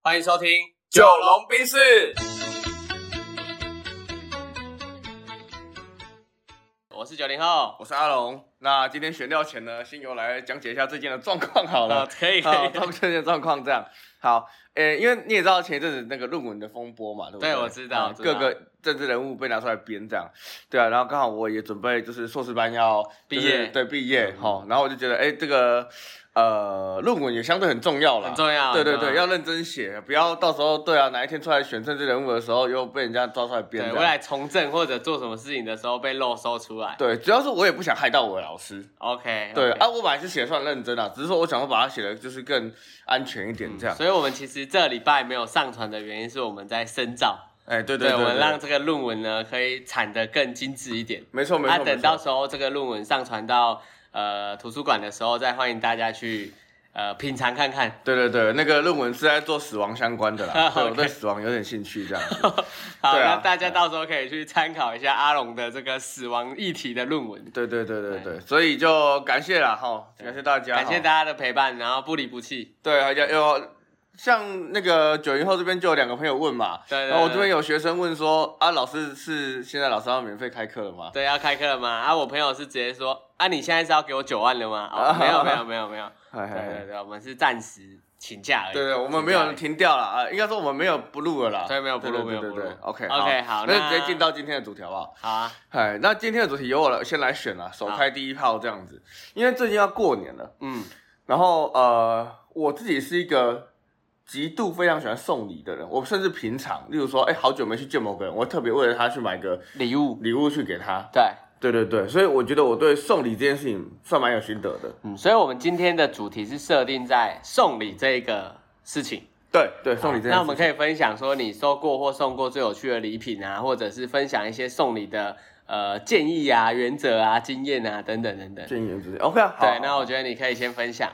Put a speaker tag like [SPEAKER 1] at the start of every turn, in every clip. [SPEAKER 1] 欢迎收听《
[SPEAKER 2] 九龙冰室，
[SPEAKER 1] 我是九零后。
[SPEAKER 2] 我是阿龙。那今天选料前呢，先由来讲解一下最近的状况好
[SPEAKER 1] 好了，
[SPEAKER 2] 了。
[SPEAKER 1] 可以可
[SPEAKER 2] 好，
[SPEAKER 1] 以。
[SPEAKER 2] 最近的状况这样。好，诶、因为你也知道前一阵子那个论文的风波嘛，对不对？
[SPEAKER 1] 对我知道
[SPEAKER 2] 嗯
[SPEAKER 1] 知道
[SPEAKER 2] 各个政治人物被拿出来编这样。对啊，然后刚好我也准备就是硕士班要
[SPEAKER 1] 毕
[SPEAKER 2] 就是
[SPEAKER 1] 业
[SPEAKER 2] 对，毕业
[SPEAKER 1] 嗯
[SPEAKER 2] 好、齁然后我就觉得，诶、这个呃论文也相对很重要了，
[SPEAKER 1] 很重要
[SPEAKER 2] 对对
[SPEAKER 1] 很重
[SPEAKER 2] 对，
[SPEAKER 1] 要
[SPEAKER 2] 要认真写，不要到时候对啊，哪一天出来选政治人物的时候又被人家抓出来编
[SPEAKER 1] 对，
[SPEAKER 2] 这
[SPEAKER 1] 未
[SPEAKER 2] 样。
[SPEAKER 1] 来从政或者做什么事情的时候被漏收出来。
[SPEAKER 2] 对，主要是我也不想害到我的老师。
[SPEAKER 1] OK，
[SPEAKER 2] 对啊，，我本来是写得算认真啊，只是说我想要把它写的就是更安全一点这样。
[SPEAKER 1] 嗯所以我们其实这礼拜没有上传的原因是我们在深造，
[SPEAKER 2] 哎，对
[SPEAKER 1] 对，
[SPEAKER 2] 对，
[SPEAKER 1] 我们让这个论文呢可以产得更精致一点。
[SPEAKER 2] 没错没
[SPEAKER 1] 啊，
[SPEAKER 2] 错，
[SPEAKER 1] 等
[SPEAKER 2] 没
[SPEAKER 1] 到
[SPEAKER 2] 错
[SPEAKER 1] 时候这个论文上传到呃图书馆的时候，再欢迎大家去呃品尝看看。
[SPEAKER 2] 对对对，那个论文是在做死亡相关的 啦，对
[SPEAKER 1] OK
[SPEAKER 2] 我对死亡有点兴趣这样子。
[SPEAKER 1] 好，
[SPEAKER 2] 对啊
[SPEAKER 1] 那大家到时候可以去参考一下阿龙的这个死亡议题的论文。
[SPEAKER 2] 对对对对对，所以就感谢啦哈，感谢大家，
[SPEAKER 1] 哎感谢大家
[SPEAKER 2] 家。
[SPEAKER 1] 的陪伴，然后不离不弃。
[SPEAKER 2] 对啊，要要像那个九零后这边就有两个朋友问嘛，
[SPEAKER 1] 对对对
[SPEAKER 2] 然后我这边有学生问说啊，老师是现在老师要免费开课了吗？
[SPEAKER 1] 对，要开课了吗？啊，我朋友是直接说，啊，你现在是要给我九万了吗？ 哦，没有没有没有没有，
[SPEAKER 2] 嗨
[SPEAKER 1] 对
[SPEAKER 2] 嗨嗨
[SPEAKER 1] 对对，我们是暂时请假而已。
[SPEAKER 2] 对对，我们没
[SPEAKER 1] 请假而
[SPEAKER 2] 有
[SPEAKER 1] 已
[SPEAKER 2] 停掉了啊，应该说我们没有不录了啦。
[SPEAKER 1] 对没有不录
[SPEAKER 2] 对对
[SPEAKER 1] 没有不录
[SPEAKER 2] 对对 OK
[SPEAKER 1] OK，好
[SPEAKER 2] 那
[SPEAKER 1] 那
[SPEAKER 2] 就直接进到今天的主题好不好？
[SPEAKER 1] 好啊，
[SPEAKER 2] 哎，那今天的主题由我来先来选啦，首开第一炮这样子，因为最近要过年了，
[SPEAKER 1] 嗯，
[SPEAKER 2] 然后呃，我自己是一个极度非常喜欢送礼的人，我甚至平常，例如说，哎，好久没去见某个人，我特别为了他去买个
[SPEAKER 1] 礼物，
[SPEAKER 2] 礼物去给他。
[SPEAKER 1] 对，
[SPEAKER 2] 对对对，所以我觉得我对送礼这件事情算蛮有心得的。
[SPEAKER 1] 嗯，所以我们今天的主题是设定在送礼这个事情。
[SPEAKER 2] 对对，送礼这件事情。
[SPEAKER 1] 那我们可
[SPEAKER 2] 以
[SPEAKER 1] 以分享说你收过或送过最有趣的礼品啊，或者是分享一些送礼的呃建议啊、原则啊、经验啊等等等等。
[SPEAKER 2] 建议之类 OK 啊。好
[SPEAKER 1] 对，那
[SPEAKER 2] 好
[SPEAKER 1] 我觉得你可以先分享。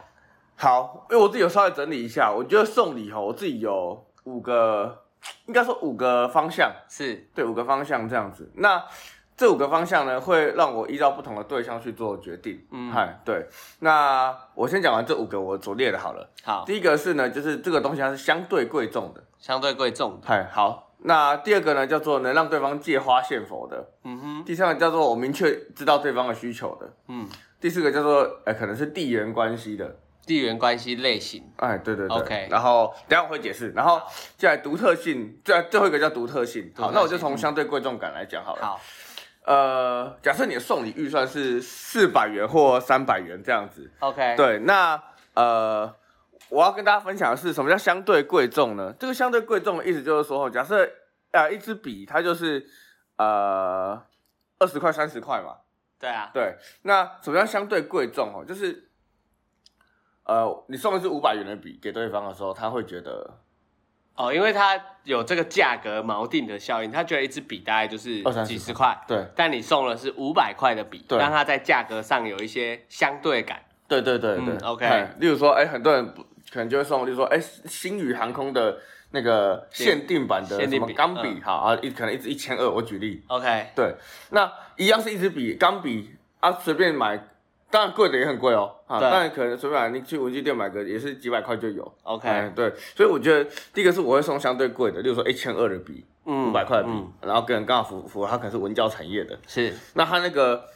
[SPEAKER 2] 好，因为我自己有稍微整理一下，我觉得送礼吼，我自己有五个，应该说五个方向，
[SPEAKER 1] 是，
[SPEAKER 2] 对，五个方向这样子。那这五个方向呢，会让我依照不同的对象去做决定。
[SPEAKER 1] 嗯
[SPEAKER 2] 嗯，嗨，对。那我先讲完这五个我拙劣的好了。
[SPEAKER 1] 好，
[SPEAKER 2] 第一个是呢，就是这个东西它是相对贵重的。
[SPEAKER 1] 相对贵重的。
[SPEAKER 2] 嗨，好。那第二个呢，叫做能让对方借花献佛的。
[SPEAKER 1] 嗯哼，
[SPEAKER 2] 第三个叫做我明确知道对方的需求的。
[SPEAKER 1] 嗯，
[SPEAKER 2] 第四个叫做呃，可能是地缘关系的。
[SPEAKER 1] 地缘关系类型。
[SPEAKER 2] 哎，对对对
[SPEAKER 1] OK
[SPEAKER 2] 然后等一下我会解释，然后接下来独特性，最最后一个叫独特性。
[SPEAKER 1] 独特
[SPEAKER 2] 好，
[SPEAKER 1] 性
[SPEAKER 2] 那我就从相对贵重感来讲好了。
[SPEAKER 1] 好，
[SPEAKER 2] 呃，假设你的送礼预算是四百元或三百元这样子，
[SPEAKER 1] OK，，
[SPEAKER 2] 对，那呃，我要跟大家分享的是什么叫相对贵重呢？这个相对贵重的意思就是说，假设呃一支笔它就是呃二十块三十块嘛，
[SPEAKER 1] 对啊，
[SPEAKER 2] 对，那什么叫相对贵重哦？就是，呃，你送一支五百元的笔给对方的时候，他会觉得
[SPEAKER 1] 哦，因为它有这个价格锚定的效应，他觉得一支笔大概就是
[SPEAKER 2] 二三十
[SPEAKER 1] 几十块，
[SPEAKER 2] 对，
[SPEAKER 1] 但你送的是五百块的笔，
[SPEAKER 2] 对
[SPEAKER 1] 让它在价格上有一些相对感。
[SPEAKER 2] 对对对
[SPEAKER 1] 嗯
[SPEAKER 2] 对、
[SPEAKER 1] ，OK
[SPEAKER 2] 哎例如说，哎、很多人不可能就会送，例如说，哎、星宇航空的那个限定版的
[SPEAKER 1] 限
[SPEAKER 2] 什
[SPEAKER 1] 定
[SPEAKER 2] 么
[SPEAKER 1] 笔
[SPEAKER 2] 钢笔，
[SPEAKER 1] 嗯
[SPEAKER 2] 好啊，一可能一支一千二，我举例，
[SPEAKER 1] OK，
[SPEAKER 2] 对，那一样是一支笔，钢笔啊，随便买，当然贵的也很贵哦，啊，
[SPEAKER 1] 对
[SPEAKER 2] 当然可能随便买，你去文具店买个也是几百块就有。
[SPEAKER 1] OK
[SPEAKER 2] 哎对，所以我觉得第一个是我会送相对贵的，例如说一千二的笔，
[SPEAKER 1] 嗯
[SPEAKER 2] 五百块的笔，
[SPEAKER 1] 嗯
[SPEAKER 2] 然后个人刚好符符合他可能是文教产业的，
[SPEAKER 1] 是
[SPEAKER 2] 那他那个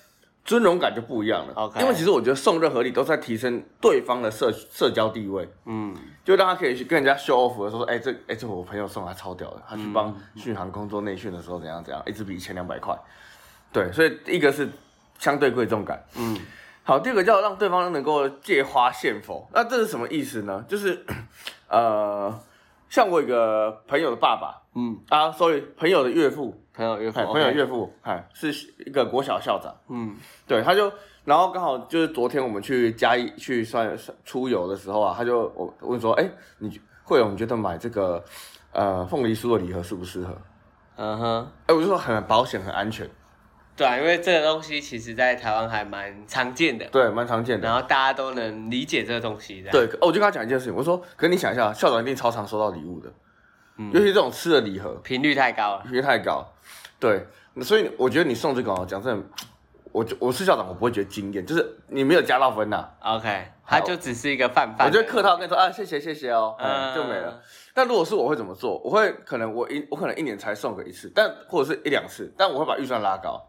[SPEAKER 2] 尊荣感就不一样了。
[SPEAKER 1] OK
[SPEAKER 2] 因为其实我觉得送任何礼都在提升对方的社社交地位，
[SPEAKER 1] 嗯，
[SPEAKER 2] 就让他可以去跟人家 show off 的说，哎、这哎、这我朋友送他超屌的，他去帮
[SPEAKER 1] 嗯
[SPEAKER 2] 迅航工作内训的时候怎样怎样，一支笔一千两百块，对，所以一个是相对贵重感，
[SPEAKER 1] 嗯
[SPEAKER 2] 嗯，好，第二个叫让对方能够借花献佛，那这是什么意思呢？就是呃，像我有个朋友的爸爸，
[SPEAKER 1] 嗯
[SPEAKER 2] 嗯啊，所以朋友的岳父，
[SPEAKER 1] 朋友岳父
[SPEAKER 2] 哎，，朋友
[SPEAKER 1] OK
[SPEAKER 2] 岳父，哎，是一个国小校长，
[SPEAKER 1] 嗯
[SPEAKER 2] 对，他就，然后刚好就是昨天我们去嘉义去算算出游的时候啊，他就我我问说，哎，你慧勇你觉得买这个呃凤梨酥的礼盒适不适合？
[SPEAKER 1] 嗯哼，
[SPEAKER 2] 哎，我就说很保险，很安全，
[SPEAKER 1] 对啊，因为这个东西其实在台湾还蛮常见的，
[SPEAKER 2] 对，蛮常见的。
[SPEAKER 1] 然后大家都能理解这个东西的。，
[SPEAKER 2] 对，哦，我就跟他讲一件事情，我说，可是你想一下，校长一定超常收到礼物的，
[SPEAKER 1] 嗯
[SPEAKER 2] 尤其这种吃的礼盒，
[SPEAKER 1] 频率太高了。
[SPEAKER 2] 频率太高，对，所以我觉得你送这个哦，讲真的，我就我是校长，我不会觉得惊艳，就是你没有加到分呐、
[SPEAKER 1] OK，它就只是一个泛泛。
[SPEAKER 2] 我就客套，跟你说啊，谢谢谢谢哦，嗯，就没了。。但如果是我会怎么做？我会可能我一我可能一年才送个一次，但或者是一两次，但我会把预算拉高，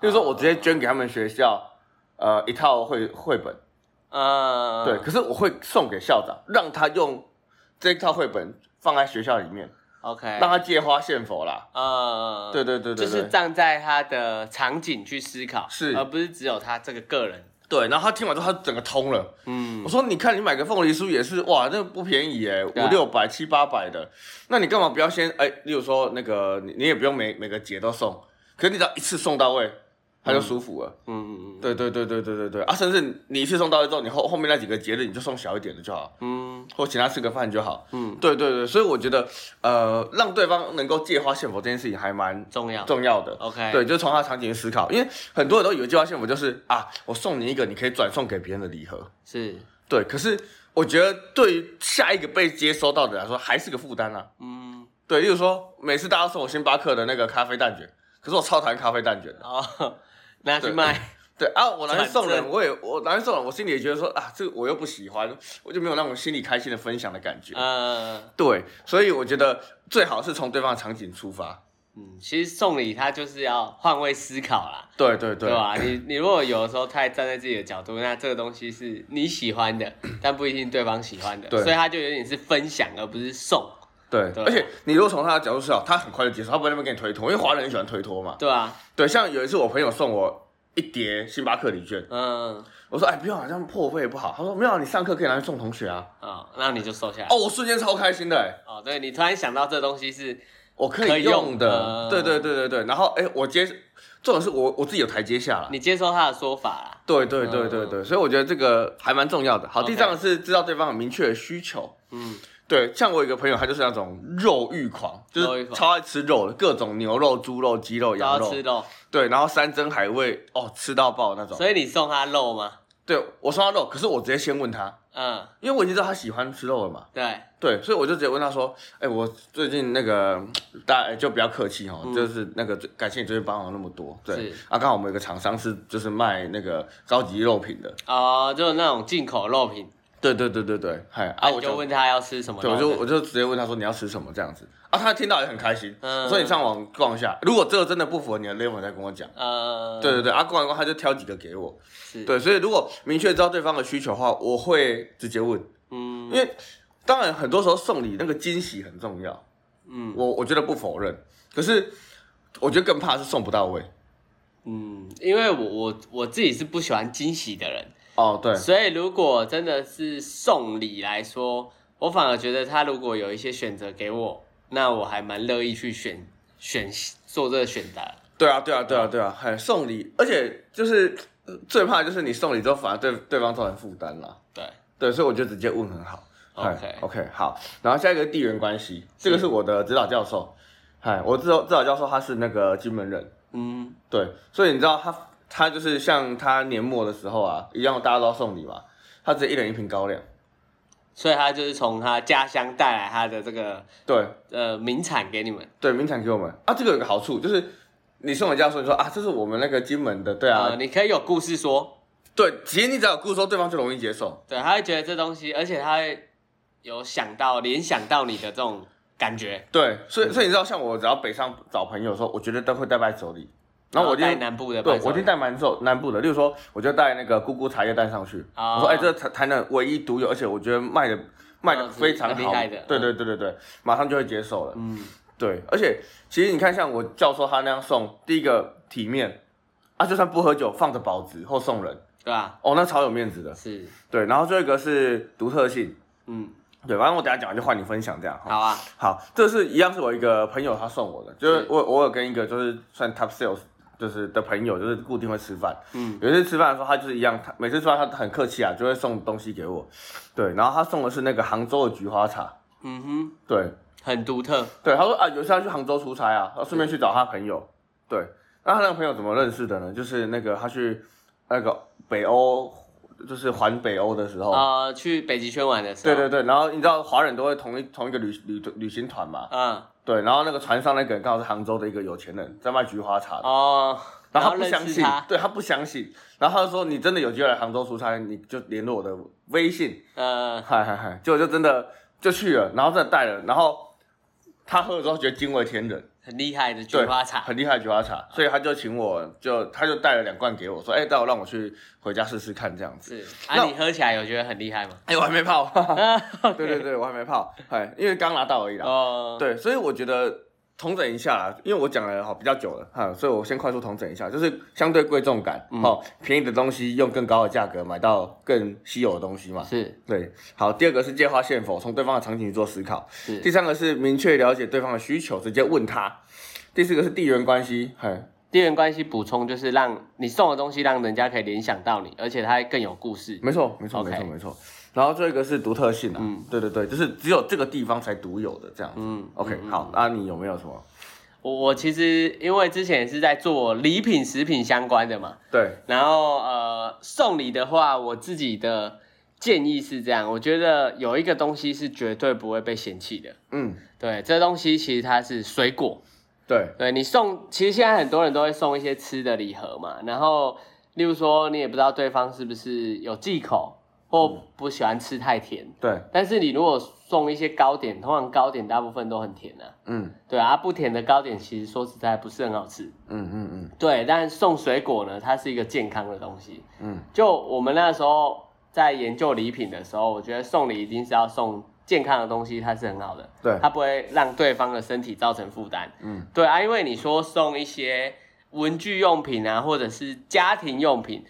[SPEAKER 2] 就是说我直接捐给他们学校，呃，一套绘绘本，
[SPEAKER 1] 嗯，
[SPEAKER 2] 对，可是我会送给校长，让他用这套绘本放在学校里面，
[SPEAKER 1] ，OK，
[SPEAKER 2] 让他借花献佛啦。
[SPEAKER 1] 呃，
[SPEAKER 2] 对对对对，
[SPEAKER 1] 哎就是
[SPEAKER 2] 对
[SPEAKER 1] 站在他的场景去思考，
[SPEAKER 2] 是
[SPEAKER 1] 而不是只有他这个个人。
[SPEAKER 2] 对。然后他听完之后，他整个通了。
[SPEAKER 1] 嗯
[SPEAKER 2] 我，说，你看你买个凤梨酥也是，哇，那不便宜耶，
[SPEAKER 1] 对啊
[SPEAKER 2] 五六百、七八百的。那你干嘛不要先哎，例如说那个，你你也不用每每个节都送，可是你只要一次送到位，他就舒服了。
[SPEAKER 1] 嗯嗯
[SPEAKER 2] 对对对对对对对啊！甚至你一次送到位之后，你后后面那几个节日你就送小一点的就好，
[SPEAKER 1] 嗯
[SPEAKER 2] 或请他吃个饭就好。
[SPEAKER 1] 嗯，
[SPEAKER 2] 对对对，所以我觉得，呃，让对方能够借花献佛这件事情还蛮
[SPEAKER 1] 重要。
[SPEAKER 2] 重要的。
[SPEAKER 1] OK，
[SPEAKER 2] 对，就是从他的场景去思考，因为很多人都以为借花献佛就是啊，我送你一个你可以转送给别人的礼盒。
[SPEAKER 1] 是，
[SPEAKER 2] 对，可是我觉得对于下一个被接收到的来说，还是个负担啊。
[SPEAKER 1] 嗯，
[SPEAKER 2] 对，例如说，每次大家送我星巴克的那个咖啡蛋卷，可是我超讨厌咖啡蛋卷的。
[SPEAKER 1] 哦， 拿去
[SPEAKER 2] 对
[SPEAKER 1] 卖，
[SPEAKER 2] 对啊，我拿去送
[SPEAKER 1] 反
[SPEAKER 2] 人，
[SPEAKER 1] 正
[SPEAKER 2] 我也我拿去送人，我心里也觉得说啊，这个我又不喜欢，我就没有那种心里开心的分享的感觉。
[SPEAKER 1] 呃，
[SPEAKER 2] 对，所以我觉得最好是从对方的场景出发。
[SPEAKER 1] 嗯，其实送礼它就是要换位思考啦，
[SPEAKER 2] 对对
[SPEAKER 1] 对吧？你你如果有的时候太站在自己的角度，那这个东西是你喜欢的，但不一定对方喜欢的，
[SPEAKER 2] 对
[SPEAKER 1] 所以它就有点是分享而不是送，
[SPEAKER 2] 对
[SPEAKER 1] 对
[SPEAKER 2] 而且你如果从他的角度思考，他很快就接受，他不会在那边给你推脱，因为华人很喜欢推脱嘛。
[SPEAKER 1] 对啊，
[SPEAKER 2] 对，像有一次我朋友送我一叠星巴克礼券，
[SPEAKER 1] 嗯，
[SPEAKER 2] 我说哎不用，好像破费也不好。他说没有啊，你上课可以拿去送同学啊。
[SPEAKER 1] 哦，那你就收下来
[SPEAKER 2] 哦，。我瞬间超开心的、哎
[SPEAKER 1] 哦，对你突然想到这东西是，
[SPEAKER 2] 我可
[SPEAKER 1] 可
[SPEAKER 2] 以
[SPEAKER 1] 以用
[SPEAKER 2] 用的。
[SPEAKER 1] 嗯
[SPEAKER 2] 对对对对对，然后哎、我接，重点是我我自己有台阶下了。
[SPEAKER 1] 你接受他的说法啦，
[SPEAKER 2] 对对对对对，所以我觉得这个还蛮重要的。好，
[SPEAKER 1] OK
[SPEAKER 2] 第三个是知道对方有明确的需求。
[SPEAKER 1] 嗯，
[SPEAKER 2] 对，像我有一个朋友，他就是那种肉欲狂，就
[SPEAKER 1] 肉欲
[SPEAKER 2] 是
[SPEAKER 1] 狂
[SPEAKER 2] 超爱吃肉的，各种牛肉、猪肉、鸡肉、
[SPEAKER 1] 都
[SPEAKER 2] 羊
[SPEAKER 1] 要
[SPEAKER 2] 肉
[SPEAKER 1] 吃，肉，
[SPEAKER 2] 对，然后山珍海味，哦，吃到爆那种。
[SPEAKER 1] 所以你送他肉吗？
[SPEAKER 2] 对我说他肉，可是我直接先问他，
[SPEAKER 1] 嗯，
[SPEAKER 2] 因为我已经知道他喜欢吃肉了嘛，
[SPEAKER 1] 对，
[SPEAKER 2] 对，所以我就直接问他说，哎，我最近那个，大家哎就不要客气哦，
[SPEAKER 1] 嗯
[SPEAKER 2] 就是那个最感谢你最近帮我那么多，对
[SPEAKER 1] 是，
[SPEAKER 2] 啊，刚好我们有个厂商是就是卖那个高级肉品的，
[SPEAKER 1] 哦，就是那种进口肉品，
[SPEAKER 2] 对对对对对，嗨，啊，
[SPEAKER 1] 啊，
[SPEAKER 2] 我
[SPEAKER 1] 我就问他要吃什么
[SPEAKER 2] 对，
[SPEAKER 1] 肉
[SPEAKER 2] 我
[SPEAKER 1] 的，
[SPEAKER 2] 就我就直接问他说你要吃什么这样子啊，他听到也很开心，
[SPEAKER 1] 嗯
[SPEAKER 2] 所以你上网逛一下，如果这个真的不符合你的 level 再跟我讲。
[SPEAKER 1] 呃，
[SPEAKER 2] 对对对，啊，逛一逛他就挑几个给我。
[SPEAKER 1] 是，，
[SPEAKER 2] 对，所以如果明确知道对方的需求的话，我会直接问，因
[SPEAKER 1] 嗯
[SPEAKER 2] 为当然很多时候送礼那个惊喜很重要，
[SPEAKER 1] 嗯
[SPEAKER 2] 我我觉得不否认，可是我觉得更怕是送不到位。
[SPEAKER 1] 嗯，因为我我我自己是不喜欢惊喜的人，
[SPEAKER 2] 哦，对，
[SPEAKER 1] 所以如果真的是送礼来说，我反而觉得他如果有一些选择给我，那我还蛮乐意去选选做这个选择，
[SPEAKER 2] 对啊，对啊，对啊，对啊，还送礼，而且就是呃最怕就是你送礼之后反而对对方造成负担啦。
[SPEAKER 1] 对
[SPEAKER 2] 对，所以我就直接问很好。
[SPEAKER 1] OK
[SPEAKER 2] 嗨 OK 好，然后下一个地缘关系，这个是我的指导教授，嗨，我指导指导教授他是那个金门人，
[SPEAKER 1] 嗯
[SPEAKER 2] 对，所以你知道他他就是像他年末的时候啊，一样大家都要送礼嘛，他直接一人一瓶高粱，，
[SPEAKER 1] 所以他就是从他家乡带来他的这个
[SPEAKER 2] 对
[SPEAKER 1] 呃名产给你们。
[SPEAKER 2] 对，名产给我们啊，这个有个好处就是你送人家的时候你说啊，这是我们那个金门的，对啊，
[SPEAKER 1] 呃，你可以有故事说，
[SPEAKER 2] 对，其实你只要有故事说，对方就容易接受，
[SPEAKER 1] 对，他会觉得这东西，而且他会有想到联想到你的这种感觉。
[SPEAKER 2] 对，所
[SPEAKER 1] 嗯
[SPEAKER 2] 以所以你知道像我只要北上找朋友的时候，我绝对都会带伴手礼，然后我就
[SPEAKER 1] 啊带南部的
[SPEAKER 2] 对
[SPEAKER 1] 伴，手
[SPEAKER 2] 我
[SPEAKER 1] 礼，
[SPEAKER 2] 就带蛮受南部的，例如说，我就带那个姑姑茶叶蛋上去。
[SPEAKER 1] 啊
[SPEAKER 2] 我说，哎、这台台南唯一独有，而且我觉得卖的卖的
[SPEAKER 1] 嗯
[SPEAKER 2] 非常好，
[SPEAKER 1] 很厉害的
[SPEAKER 2] 对对对对对，马上就会接受了。
[SPEAKER 1] 嗯，
[SPEAKER 2] 对，而且其实你看，像我教授他那样送，第一个体面，啊，就算不喝酒，放着保值或送人，
[SPEAKER 1] 对吧？
[SPEAKER 2] 哦，那超有面子的。
[SPEAKER 1] 是，
[SPEAKER 2] 对，然后最后一个是独特性，
[SPEAKER 1] 嗯，
[SPEAKER 2] 对，反正我等一下讲完就换你分享这样。哈
[SPEAKER 1] 好啊，
[SPEAKER 2] 好，这是一样是我一个朋友他送我的，就是
[SPEAKER 1] 是
[SPEAKER 2] 我我有跟一个就是算 top sales 就是的朋友，就是固定会吃饭。
[SPEAKER 1] 嗯，
[SPEAKER 2] 有一次吃饭的时候，他就是一样，他每次吃饭他很客气啊，就会送东西给我。对，然后他送的是那个杭州的菊花茶。
[SPEAKER 1] 嗯哼，
[SPEAKER 2] 对
[SPEAKER 1] 很独特，
[SPEAKER 2] 对，他说啊，有一次他去杭州出差啊，他顺便去找他朋友。对，那他那个朋友怎么认识的呢？就是那个他去那个北欧就是环北欧的时候，
[SPEAKER 1] 啊，去北极圈玩的时
[SPEAKER 2] 哦对
[SPEAKER 1] 候，
[SPEAKER 2] 对对，然后你知道华人都会同一同一个旅旅旅行团嘛，
[SPEAKER 1] 嗯，
[SPEAKER 2] 对，然后那个船上那个人刚好是杭州的一个有钱人，在卖菊花茶的，
[SPEAKER 1] 哦，
[SPEAKER 2] 然后
[SPEAKER 1] 后
[SPEAKER 2] 他不相
[SPEAKER 1] 认识
[SPEAKER 2] 信
[SPEAKER 1] 他，，
[SPEAKER 2] 对他不相信，然后他就说你真的有机会来杭州出差，你就联络我的微信，
[SPEAKER 1] 呃，
[SPEAKER 2] 嗨嗨嗨，结果就真的就去了，然后真的带了，然后他喝了之后觉得惊为天人，
[SPEAKER 1] 很厉害的菊
[SPEAKER 2] 对
[SPEAKER 1] 花茶，
[SPEAKER 2] 很厉害的菊花茶，所以他就请我就他就带了两罐给我，说哎，待会让我去回家试试看这样子，
[SPEAKER 1] 是
[SPEAKER 2] 那
[SPEAKER 1] 啊，你喝起来有觉得很厉害吗？
[SPEAKER 2] 哎，我还没泡，哈哈
[SPEAKER 1] 啊，
[SPEAKER 2] 对对
[SPEAKER 1] OK，
[SPEAKER 2] 对，我还没泡，哎，因为刚拿到而已啦，
[SPEAKER 1] 哦，
[SPEAKER 2] 对，所以我觉得同整一下啦，因为我讲了好比较久了哈，所以我先快速同整一下，就是相对贵重感，
[SPEAKER 1] 嗯
[SPEAKER 2] 好、便宜的东西用更高的价格买到更稀有的东西嘛。
[SPEAKER 1] 是
[SPEAKER 2] 对，好，第二个是借花献佛，从对方的场景去做思考；第
[SPEAKER 1] 是，
[SPEAKER 2] 三个是明确了解对方的需求，直接问他；第四个是地缘关系，嘿，
[SPEAKER 1] 地缘关系补充就是让你送的东西让人家可以联想到你，而且它还更有故事。
[SPEAKER 2] 没错，没错
[SPEAKER 1] OK
[SPEAKER 2] 没错，没错。然后最后一个是独特性啊，
[SPEAKER 1] 嗯
[SPEAKER 2] 对对对，就是只有这个地方才独有的这样子。
[SPEAKER 1] 嗯
[SPEAKER 2] OK，
[SPEAKER 1] 嗯
[SPEAKER 2] 好，那、啊你有没有什么？
[SPEAKER 1] 我我其实因为之前也是在做礼品、食品相关的嘛，
[SPEAKER 2] 对，
[SPEAKER 1] 然后呃，送礼的话，我自己的建议是这样，我觉得有一个东西是绝对不会被嫌弃的，
[SPEAKER 2] 嗯，
[SPEAKER 1] 对，这东西其实它是水果，
[SPEAKER 2] 对，
[SPEAKER 1] 对你送，其实现在很多人都会送一些吃的礼盒嘛，然后例如说你也不知道对方是不是有忌口或不喜欢吃太甜，
[SPEAKER 2] 对，
[SPEAKER 1] 但是你如果送一些糕点，通常糕点大部分都很甜啊，
[SPEAKER 2] 嗯，
[SPEAKER 1] 对啊，不甜的糕点其实说实在不是很好吃，
[SPEAKER 2] 嗯嗯嗯。
[SPEAKER 1] 对，但送水果呢，它是一个健康的东西。
[SPEAKER 2] 嗯，
[SPEAKER 1] 就我们那时候在研究礼品的时候，我觉得送礼一定是要送健康的东西，它是很好的，
[SPEAKER 2] 对
[SPEAKER 1] 它不会让对方的身体造成负担。
[SPEAKER 2] 嗯，
[SPEAKER 1] 对啊，因为你说送一些文具用品啊，或者是家庭用品，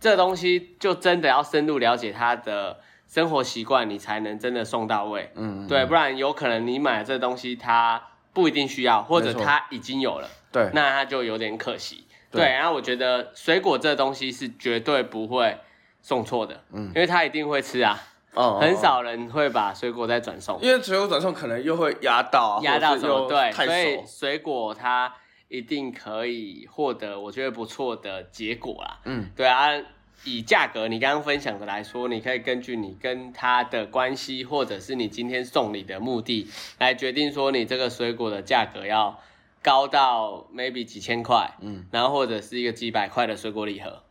[SPEAKER 1] 这东西就真的要深入了解他的生活习惯，你才能真的送到位。
[SPEAKER 2] 嗯，嗯
[SPEAKER 1] 对，不然有可能你买了这东西，他不一定需要，或者
[SPEAKER 2] 没错
[SPEAKER 1] 他已经有了。
[SPEAKER 2] 对，
[SPEAKER 1] 那它就有点可惜。
[SPEAKER 2] 对
[SPEAKER 1] 对，然后我觉得水果这东西是绝对不会送错的，
[SPEAKER 2] 嗯
[SPEAKER 1] 因为他一定会吃啊，
[SPEAKER 2] 哦
[SPEAKER 1] 很，少人会把水果再转送
[SPEAKER 2] 哦，因为水果转送可能又会压到啊，
[SPEAKER 1] 压到
[SPEAKER 2] 或者
[SPEAKER 1] 什
[SPEAKER 2] 是
[SPEAKER 1] 么
[SPEAKER 2] 又
[SPEAKER 1] 对，
[SPEAKER 2] 太
[SPEAKER 1] 所以
[SPEAKER 2] 熟，
[SPEAKER 1] 水果它一定可以获得我觉得不错的结果啦。
[SPEAKER 2] 嗯，
[SPEAKER 1] 对啊，以价格你刚刚分享的来说，你可以根据你跟他的关系，或者是你今天送礼的目的，来决定说你这个水果的价格要高到 maybe 几千块，
[SPEAKER 2] 嗯，
[SPEAKER 1] 然后或者是一个几百块的水果礼盒，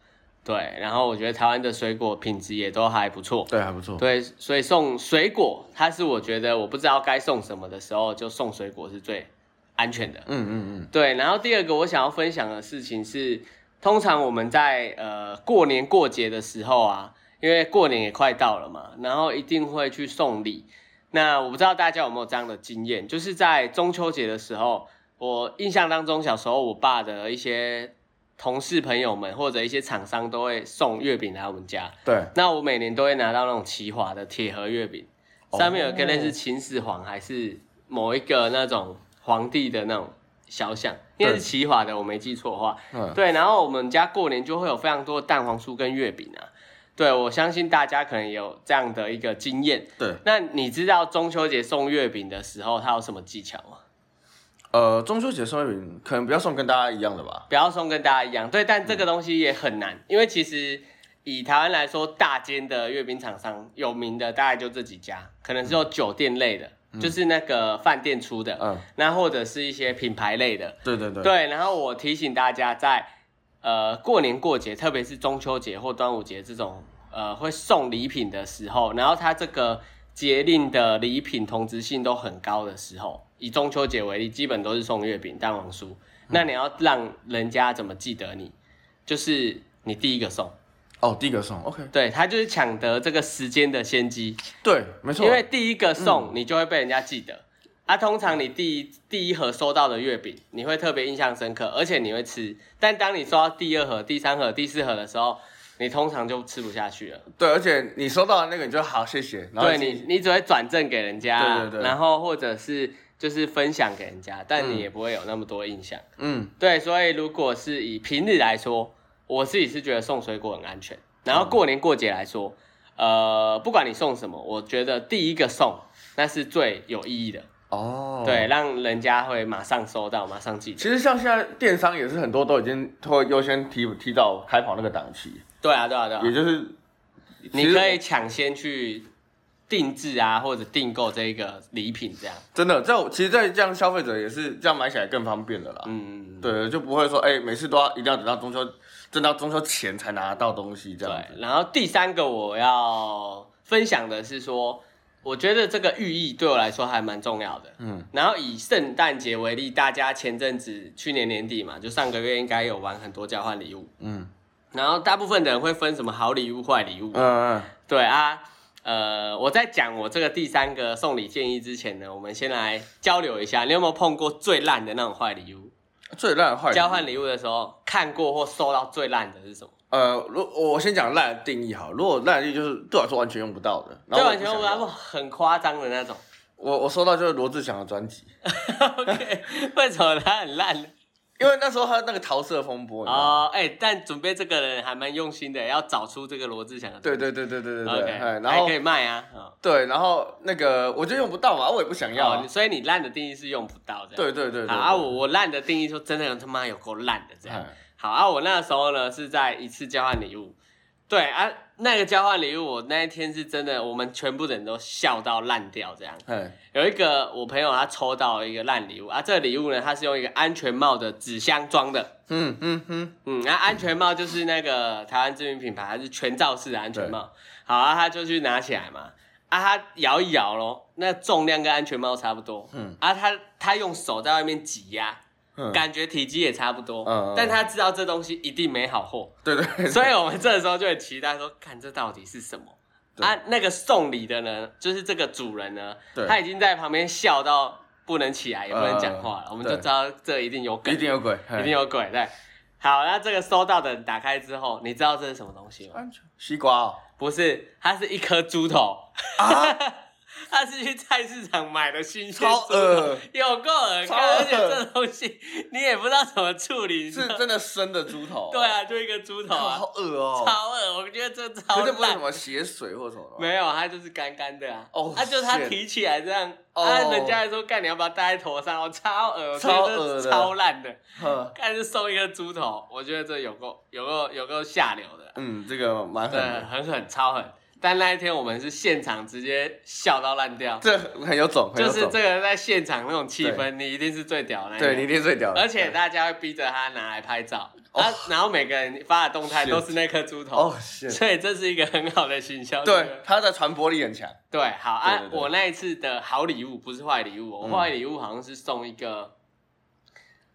[SPEAKER 1] 对，然后我觉得台湾的水果品质也都还不错。
[SPEAKER 2] 对，还不错，
[SPEAKER 1] 对，所以送水果，它是我觉得我不知道该送什么的时候，就送水果是最安全的。
[SPEAKER 2] 嗯嗯
[SPEAKER 1] 对，然后第二个我想要分享的事情是，通常我们在呃过年过节的时候啊，因为过年也快到了嘛，然后一定会去送礼。那我不知道大家有没有这样的经验，就是在中秋节的时候，我印象当中小时候我爸的一些同事朋友们或者一些厂商都会送月饼来我们家，
[SPEAKER 2] 嗯，对，
[SPEAKER 1] 那我每年都会拿到那种奇华的铁盒月饼，
[SPEAKER 2] 哦
[SPEAKER 1] 上面有一个类似秦始皇还是某一个那种皇帝的那种肖像，应该是奇华的，我没记错的话。
[SPEAKER 2] 嗯，
[SPEAKER 1] 对，然后我们家过年就会有非常多的蛋黄酥跟月饼啊。对，我相信大家可能也有这样的一个经验。
[SPEAKER 2] 对，
[SPEAKER 1] 那你知道中秋节送月饼的时候，它有什么技巧吗？
[SPEAKER 2] 呃，中秋节送月饼可能不要送跟大家一样的吧，
[SPEAKER 1] 不要送跟大家一样，对，但这个东西也很难，因为其实以台湾来说，大间的月饼厂商有名的大概就这几家，可能只有酒店类的，就是那个饭店出的，
[SPEAKER 2] 嗯，
[SPEAKER 1] 那或者是一些品牌类的，
[SPEAKER 2] 对对对，
[SPEAKER 1] 对。然后我提醒大家在，呃过年过节，特别是中秋节或端午节这种呃会送礼品的时候，然后它这个节令的礼品同质性都很高的时候，以中秋节为例，基本都是送月饼、蛋黄酥。那你要让人家怎么记得你？就是你第一个送，
[SPEAKER 2] 哦，第一个送，OK，
[SPEAKER 1] 对他就是抢得这个时间的先机，
[SPEAKER 2] 对，没错，嗯
[SPEAKER 1] 因为第一个送你就会被人家记得。啊，通常你第一第一盒收到的月饼，你会特别印象深刻，而且你会吃。但当你收到第二盒、第三盒、第四盒的时候，你通常就吃不下去了。
[SPEAKER 2] 对，而且你收到的那个你就好，谢谢，然后
[SPEAKER 1] 对你，你只会转赠给人家，
[SPEAKER 2] 对对对
[SPEAKER 1] 然后或者是就是分享给人家，但
[SPEAKER 2] 嗯
[SPEAKER 1] 你也不会有那么多印象。
[SPEAKER 2] 嗯，
[SPEAKER 1] 对，所以如果是以平日来说，我自己是觉得送水果很安全。然后过年过节来说，呃，不管你送什么，我觉得第一个送那是最有意义的，
[SPEAKER 2] 哦，
[SPEAKER 1] 对，。让人家会马上收到，马上记得。
[SPEAKER 2] 其实像现在电商也是很多都已经会优先提提到开跑那个档期，
[SPEAKER 1] 对啊，对啊，对啊
[SPEAKER 2] 也，就是其
[SPEAKER 1] 你
[SPEAKER 2] 实
[SPEAKER 1] 可以抢先去定制啊，或者订购这个礼品这样。
[SPEAKER 2] 真的，这其实，在这样消费者也是这样买起来更方便的啦。
[SPEAKER 1] 嗯，嗯嗯
[SPEAKER 2] 对，就不会说哎、每次都要一定要等到中秋，等到中秋前才拿到东西这样子。
[SPEAKER 1] 对。然后第三个我要分享的是说，我觉得这个寓意对我来说还蛮重要的。
[SPEAKER 2] 嗯，
[SPEAKER 1] 然后以圣诞节为例，大家前阵子去年年底嘛，就上个月应该有玩很多交换礼物，
[SPEAKER 2] 嗯
[SPEAKER 1] 然后大部分的人会分什么好礼物、坏礼物
[SPEAKER 2] 嗯，嗯，
[SPEAKER 1] 对啊，呃，我在讲我这个第三个送礼建议之前呢，我们先来交流一下，你有没有碰过最烂的那种坏礼物？
[SPEAKER 2] 最烂的坏
[SPEAKER 1] 交换
[SPEAKER 2] 礼物。
[SPEAKER 1] 礼物的时候看过或收到最烂的是什么？
[SPEAKER 2] 呃，如我先讲烂的定义好，如果烂的定义就是对我来说完全用不到的，
[SPEAKER 1] 对，
[SPEAKER 2] 然
[SPEAKER 1] 啊
[SPEAKER 2] 后我
[SPEAKER 1] 完全
[SPEAKER 2] 不
[SPEAKER 1] 不
[SPEAKER 2] 想要
[SPEAKER 1] 然后很夸张的 那种。
[SPEAKER 2] 我我收到就是罗志祥的专辑，
[SPEAKER 1] OK，为什么他很烂？
[SPEAKER 2] 因为那时候他那个桃色风波，你知道吗
[SPEAKER 1] 哦，哎、但准备这个人还蛮用心的，要找出这个罗志祥的。
[SPEAKER 2] 对对对对对对对
[SPEAKER 1] OK，
[SPEAKER 2] 哎然
[SPEAKER 1] 还
[SPEAKER 2] 后
[SPEAKER 1] 可以卖啊。哦
[SPEAKER 2] 对，然后那个我就用不到嘛，我也不想要
[SPEAKER 1] 哦
[SPEAKER 2] 啊，，
[SPEAKER 1] 所以你烂的定义是用不到的。
[SPEAKER 2] 对对对对
[SPEAKER 1] 好啊，我我烂的定义就真的他妈有够烂的这样。
[SPEAKER 2] 哎
[SPEAKER 1] 好啊，我那时候呢是在一次交换礼物，对啊，那个交换礼物我那一天是真的，我们全部人都笑到烂掉这样。
[SPEAKER 2] 哎
[SPEAKER 1] 有一个我朋友他抽到了一个烂礼物啊，这个礼物呢，它是用一个安全帽的纸箱装的，
[SPEAKER 2] 嗯嗯嗯，
[SPEAKER 1] 嗯，那、安全帽就是那个台湾知名品牌，它是全罩式的安全帽。好啊，他就去拿起来嘛，啊，他摇一摇咯，那重量跟安全帽差不多，
[SPEAKER 2] 嗯
[SPEAKER 1] 嗯，啊，他他用手在外面挤压，
[SPEAKER 2] 嗯
[SPEAKER 1] 感觉体积也差不多，
[SPEAKER 2] 嗯嗯嗯
[SPEAKER 1] 但他知道这东西一定没好 货，
[SPEAKER 2] 对对对
[SPEAKER 1] 所以我们这时候就很期待说，看这到底是什么。
[SPEAKER 2] 对
[SPEAKER 1] 啊，那个送礼的呢，就是这个主人呢，
[SPEAKER 2] 对
[SPEAKER 1] 他已经在旁边笑到不能起来，也不能讲话了，
[SPEAKER 2] 嗯
[SPEAKER 1] 我们就知道这一定有鬼，
[SPEAKER 2] 一定有鬼，
[SPEAKER 1] 一
[SPEAKER 2] 一
[SPEAKER 1] 定有鬼。对，好，那这个收到的打开之后，你知道这是什么东西吗？
[SPEAKER 2] 安全西瓜哦
[SPEAKER 1] 不是，它是一颗猪头，
[SPEAKER 2] 啊，
[SPEAKER 1] 他是去菜市场买的新鲜
[SPEAKER 2] 超
[SPEAKER 1] 猪
[SPEAKER 2] 恶
[SPEAKER 1] 头，有够恶心，
[SPEAKER 2] 超恶
[SPEAKER 1] 而且这东西你也不知道怎么处理，你知
[SPEAKER 2] 是
[SPEAKER 1] 道
[SPEAKER 2] 真的生的猪头，哦
[SPEAKER 1] 对，啊，就一个猪头啊，
[SPEAKER 2] 好恶哦，
[SPEAKER 1] 超恶，我觉得这超
[SPEAKER 2] 可是不是什
[SPEAKER 1] 烂。
[SPEAKER 2] 么血水或什么的吗，
[SPEAKER 1] 没有，它就是干干的啊。
[SPEAKER 2] Oh,
[SPEAKER 1] 啊，就是它
[SPEAKER 2] shit
[SPEAKER 1] 提起来这样，
[SPEAKER 2] Oh
[SPEAKER 1] 啊，人家还说干，你要把它戴在头上，我超恶，我觉
[SPEAKER 2] 超
[SPEAKER 1] 得这
[SPEAKER 2] 恶的
[SPEAKER 1] 超烂的。
[SPEAKER 2] 呵，
[SPEAKER 1] 看是送一个猪头，我觉得这有够有够有够下流的，
[SPEAKER 2] 嗯，这个蛮狠
[SPEAKER 1] 对，
[SPEAKER 2] 的，
[SPEAKER 1] 很狠，超狠。但那一天我们是现场直接笑到烂掉，
[SPEAKER 2] 这很有种，很有
[SPEAKER 1] 就
[SPEAKER 2] 种
[SPEAKER 1] 是这个在现场那种气氛，你一定是最屌的那一个
[SPEAKER 2] 对你一定最屌的，
[SPEAKER 1] 而且大家会逼着他拿来拍照，
[SPEAKER 2] 哦
[SPEAKER 1] 啊，然后每个人发的动态
[SPEAKER 2] Shit
[SPEAKER 1] 都是那颗猪头
[SPEAKER 2] 哦，，是，
[SPEAKER 1] 所以这是一个很好的行销。
[SPEAKER 2] 对，他的传播力很强，
[SPEAKER 1] 对，好啊
[SPEAKER 2] 对对，对
[SPEAKER 1] 我那一次的好礼物不是坏礼物，我
[SPEAKER 2] 嗯
[SPEAKER 1] 坏礼物好像是送一个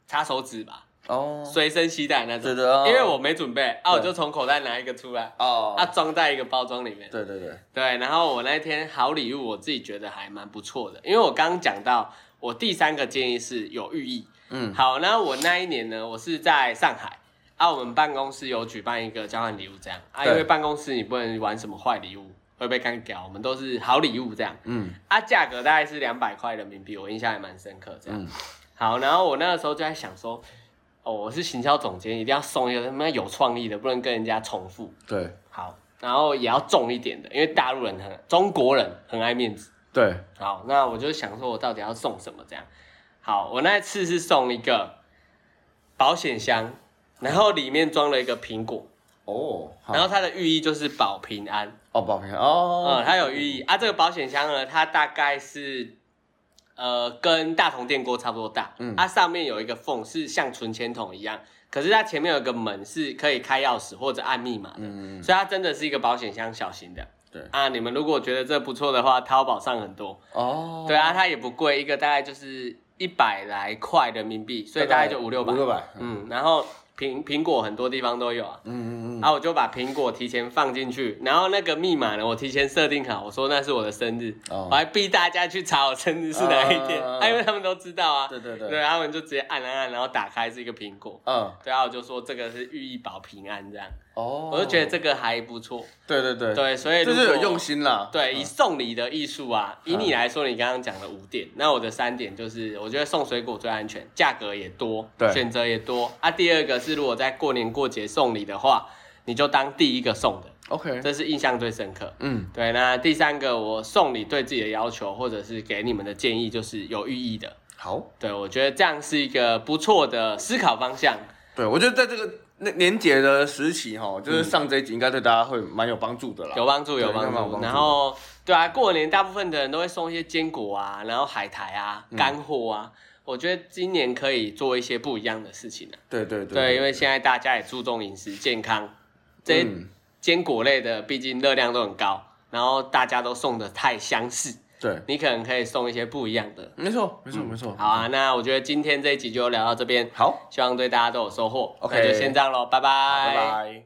[SPEAKER 1] 擦手纸吧，
[SPEAKER 2] 哦，
[SPEAKER 1] 随身携带那
[SPEAKER 2] 对
[SPEAKER 1] 种，
[SPEAKER 2] 的哦，
[SPEAKER 1] 因为我没准备，啊，我
[SPEAKER 2] 对
[SPEAKER 1] 就从口袋拿一个出来，
[SPEAKER 2] 哦，
[SPEAKER 1] 啊，装在一个包装里面。
[SPEAKER 2] 对对对，
[SPEAKER 1] 对，然后我那天好礼物，我自己觉得还蛮不错的，因为我刚刚讲到，我第三个建议是有寓意。
[SPEAKER 2] 嗯
[SPEAKER 1] 好，那我那一年呢，我是在上海啊，我们办公室有举办一个交换礼物这样啊，因
[SPEAKER 2] 对
[SPEAKER 1] 为办公室你不能玩什么坏礼物，会被干掉，我们都是好礼物这样
[SPEAKER 2] 嗯
[SPEAKER 1] 啊，价格大概是两百块人民币，我印象还蛮深刻这样。
[SPEAKER 2] 嗯
[SPEAKER 1] 好，然后我那个时候就在想说，哦，我是行销总监，一定要送一个他妈有创意的，不能跟人家重复。
[SPEAKER 2] 对
[SPEAKER 1] 好，然后也要重一点的，因为大陆人很中国人很爱面子。
[SPEAKER 2] 对，
[SPEAKER 1] 好，那我就想说，我到底要送什么？这样，好，我那次是送一个保险箱，然后里面装了一个苹果，
[SPEAKER 2] 哦，好
[SPEAKER 1] 然后它的寓意就是保平安，
[SPEAKER 2] 哦，保平安哦
[SPEAKER 1] 嗯，，它有寓意啊。这个保险箱呢，它大概是呃跟大同电锅差不多大，
[SPEAKER 2] 嗯
[SPEAKER 1] 它上面有一个缝，是像存钱筒一样，可是它前面有个门，是可以开钥匙或者按密码的，
[SPEAKER 2] 嗯，
[SPEAKER 1] 所以它真的是一个保险箱小型的。
[SPEAKER 2] 对
[SPEAKER 1] 啊，你们如果觉得这不错的话，淘宝上很多。
[SPEAKER 2] 哦，
[SPEAKER 1] 对啊，它也不贵，一个大概就是一百来块人民币，所以大概就五六百。
[SPEAKER 2] 五六百，嗯
[SPEAKER 1] 嗯，然后苹苹果很多地方都有啊。
[SPEAKER 2] 嗯嗯嗯，
[SPEAKER 1] 啊，我就把苹果提前放进去，然后那个密码呢，我提前设定好，我说那是我的生日，
[SPEAKER 2] 哦
[SPEAKER 1] 我还逼大家去查我生日是哪一天，
[SPEAKER 2] 啊
[SPEAKER 1] 啊，因为他们都知道啊，
[SPEAKER 2] 对对对
[SPEAKER 1] 对，他们就直接按按按，然后打开是一个苹果，
[SPEAKER 2] 嗯，
[SPEAKER 1] 对啊，我就说这个是寓意保平安这样，
[SPEAKER 2] 哦，
[SPEAKER 1] 我就觉得，这个还不错，
[SPEAKER 2] 对对对，
[SPEAKER 1] 对，所以
[SPEAKER 2] 就
[SPEAKER 1] 如
[SPEAKER 2] 是有
[SPEAKER 1] 果
[SPEAKER 2] 用心啦，
[SPEAKER 1] 对，以
[SPEAKER 2] 嗯
[SPEAKER 1] 送礼的艺术啊，以你来说，你刚刚讲的五点，那我的三点就是，我觉得送水果最安全，价格也多
[SPEAKER 2] 对，
[SPEAKER 1] 选择也多啊。第二个是，如果在过年过节送礼的话，你就当第一个送的，
[SPEAKER 2] ，OK，
[SPEAKER 1] 这是印象最深刻。
[SPEAKER 2] 嗯，
[SPEAKER 1] 对，那第三个，我送礼对自己的要求或者是给你们的建议，就是有寓意的。
[SPEAKER 2] 好，
[SPEAKER 1] 对，我觉得这样是一个不错的思考方向。
[SPEAKER 2] 对我觉得在这个那年节的时期哈，就是上这一集应该对大家会蛮有帮助的啦。
[SPEAKER 1] 嗯有帮助，有
[SPEAKER 2] 对
[SPEAKER 1] 帮
[SPEAKER 2] 应该蛮有
[SPEAKER 1] 助。
[SPEAKER 2] 帮助
[SPEAKER 1] 然后，对啊，过年大部分的人都会送一些坚果啊，然后海苔啊、
[SPEAKER 2] 嗯
[SPEAKER 1] 干货啊。我觉得今年可以做一些不一样的事情啊。
[SPEAKER 2] 对对对
[SPEAKER 1] 对，因为现在大家也注重饮食健康，这些
[SPEAKER 2] 嗯
[SPEAKER 1] 坚果类的毕竟热量都很高，然后大家都送的太相似，
[SPEAKER 2] 对，
[SPEAKER 1] 你可能可以送一些不一样的。
[SPEAKER 2] 没错没错没错。
[SPEAKER 1] 好啊，那我觉得今天这一集就聊到这边，
[SPEAKER 2] 好，
[SPEAKER 1] 希望对大家都有收获。
[SPEAKER 2] OK
[SPEAKER 1] 那就先这样喽，拜拜，
[SPEAKER 2] 拜拜。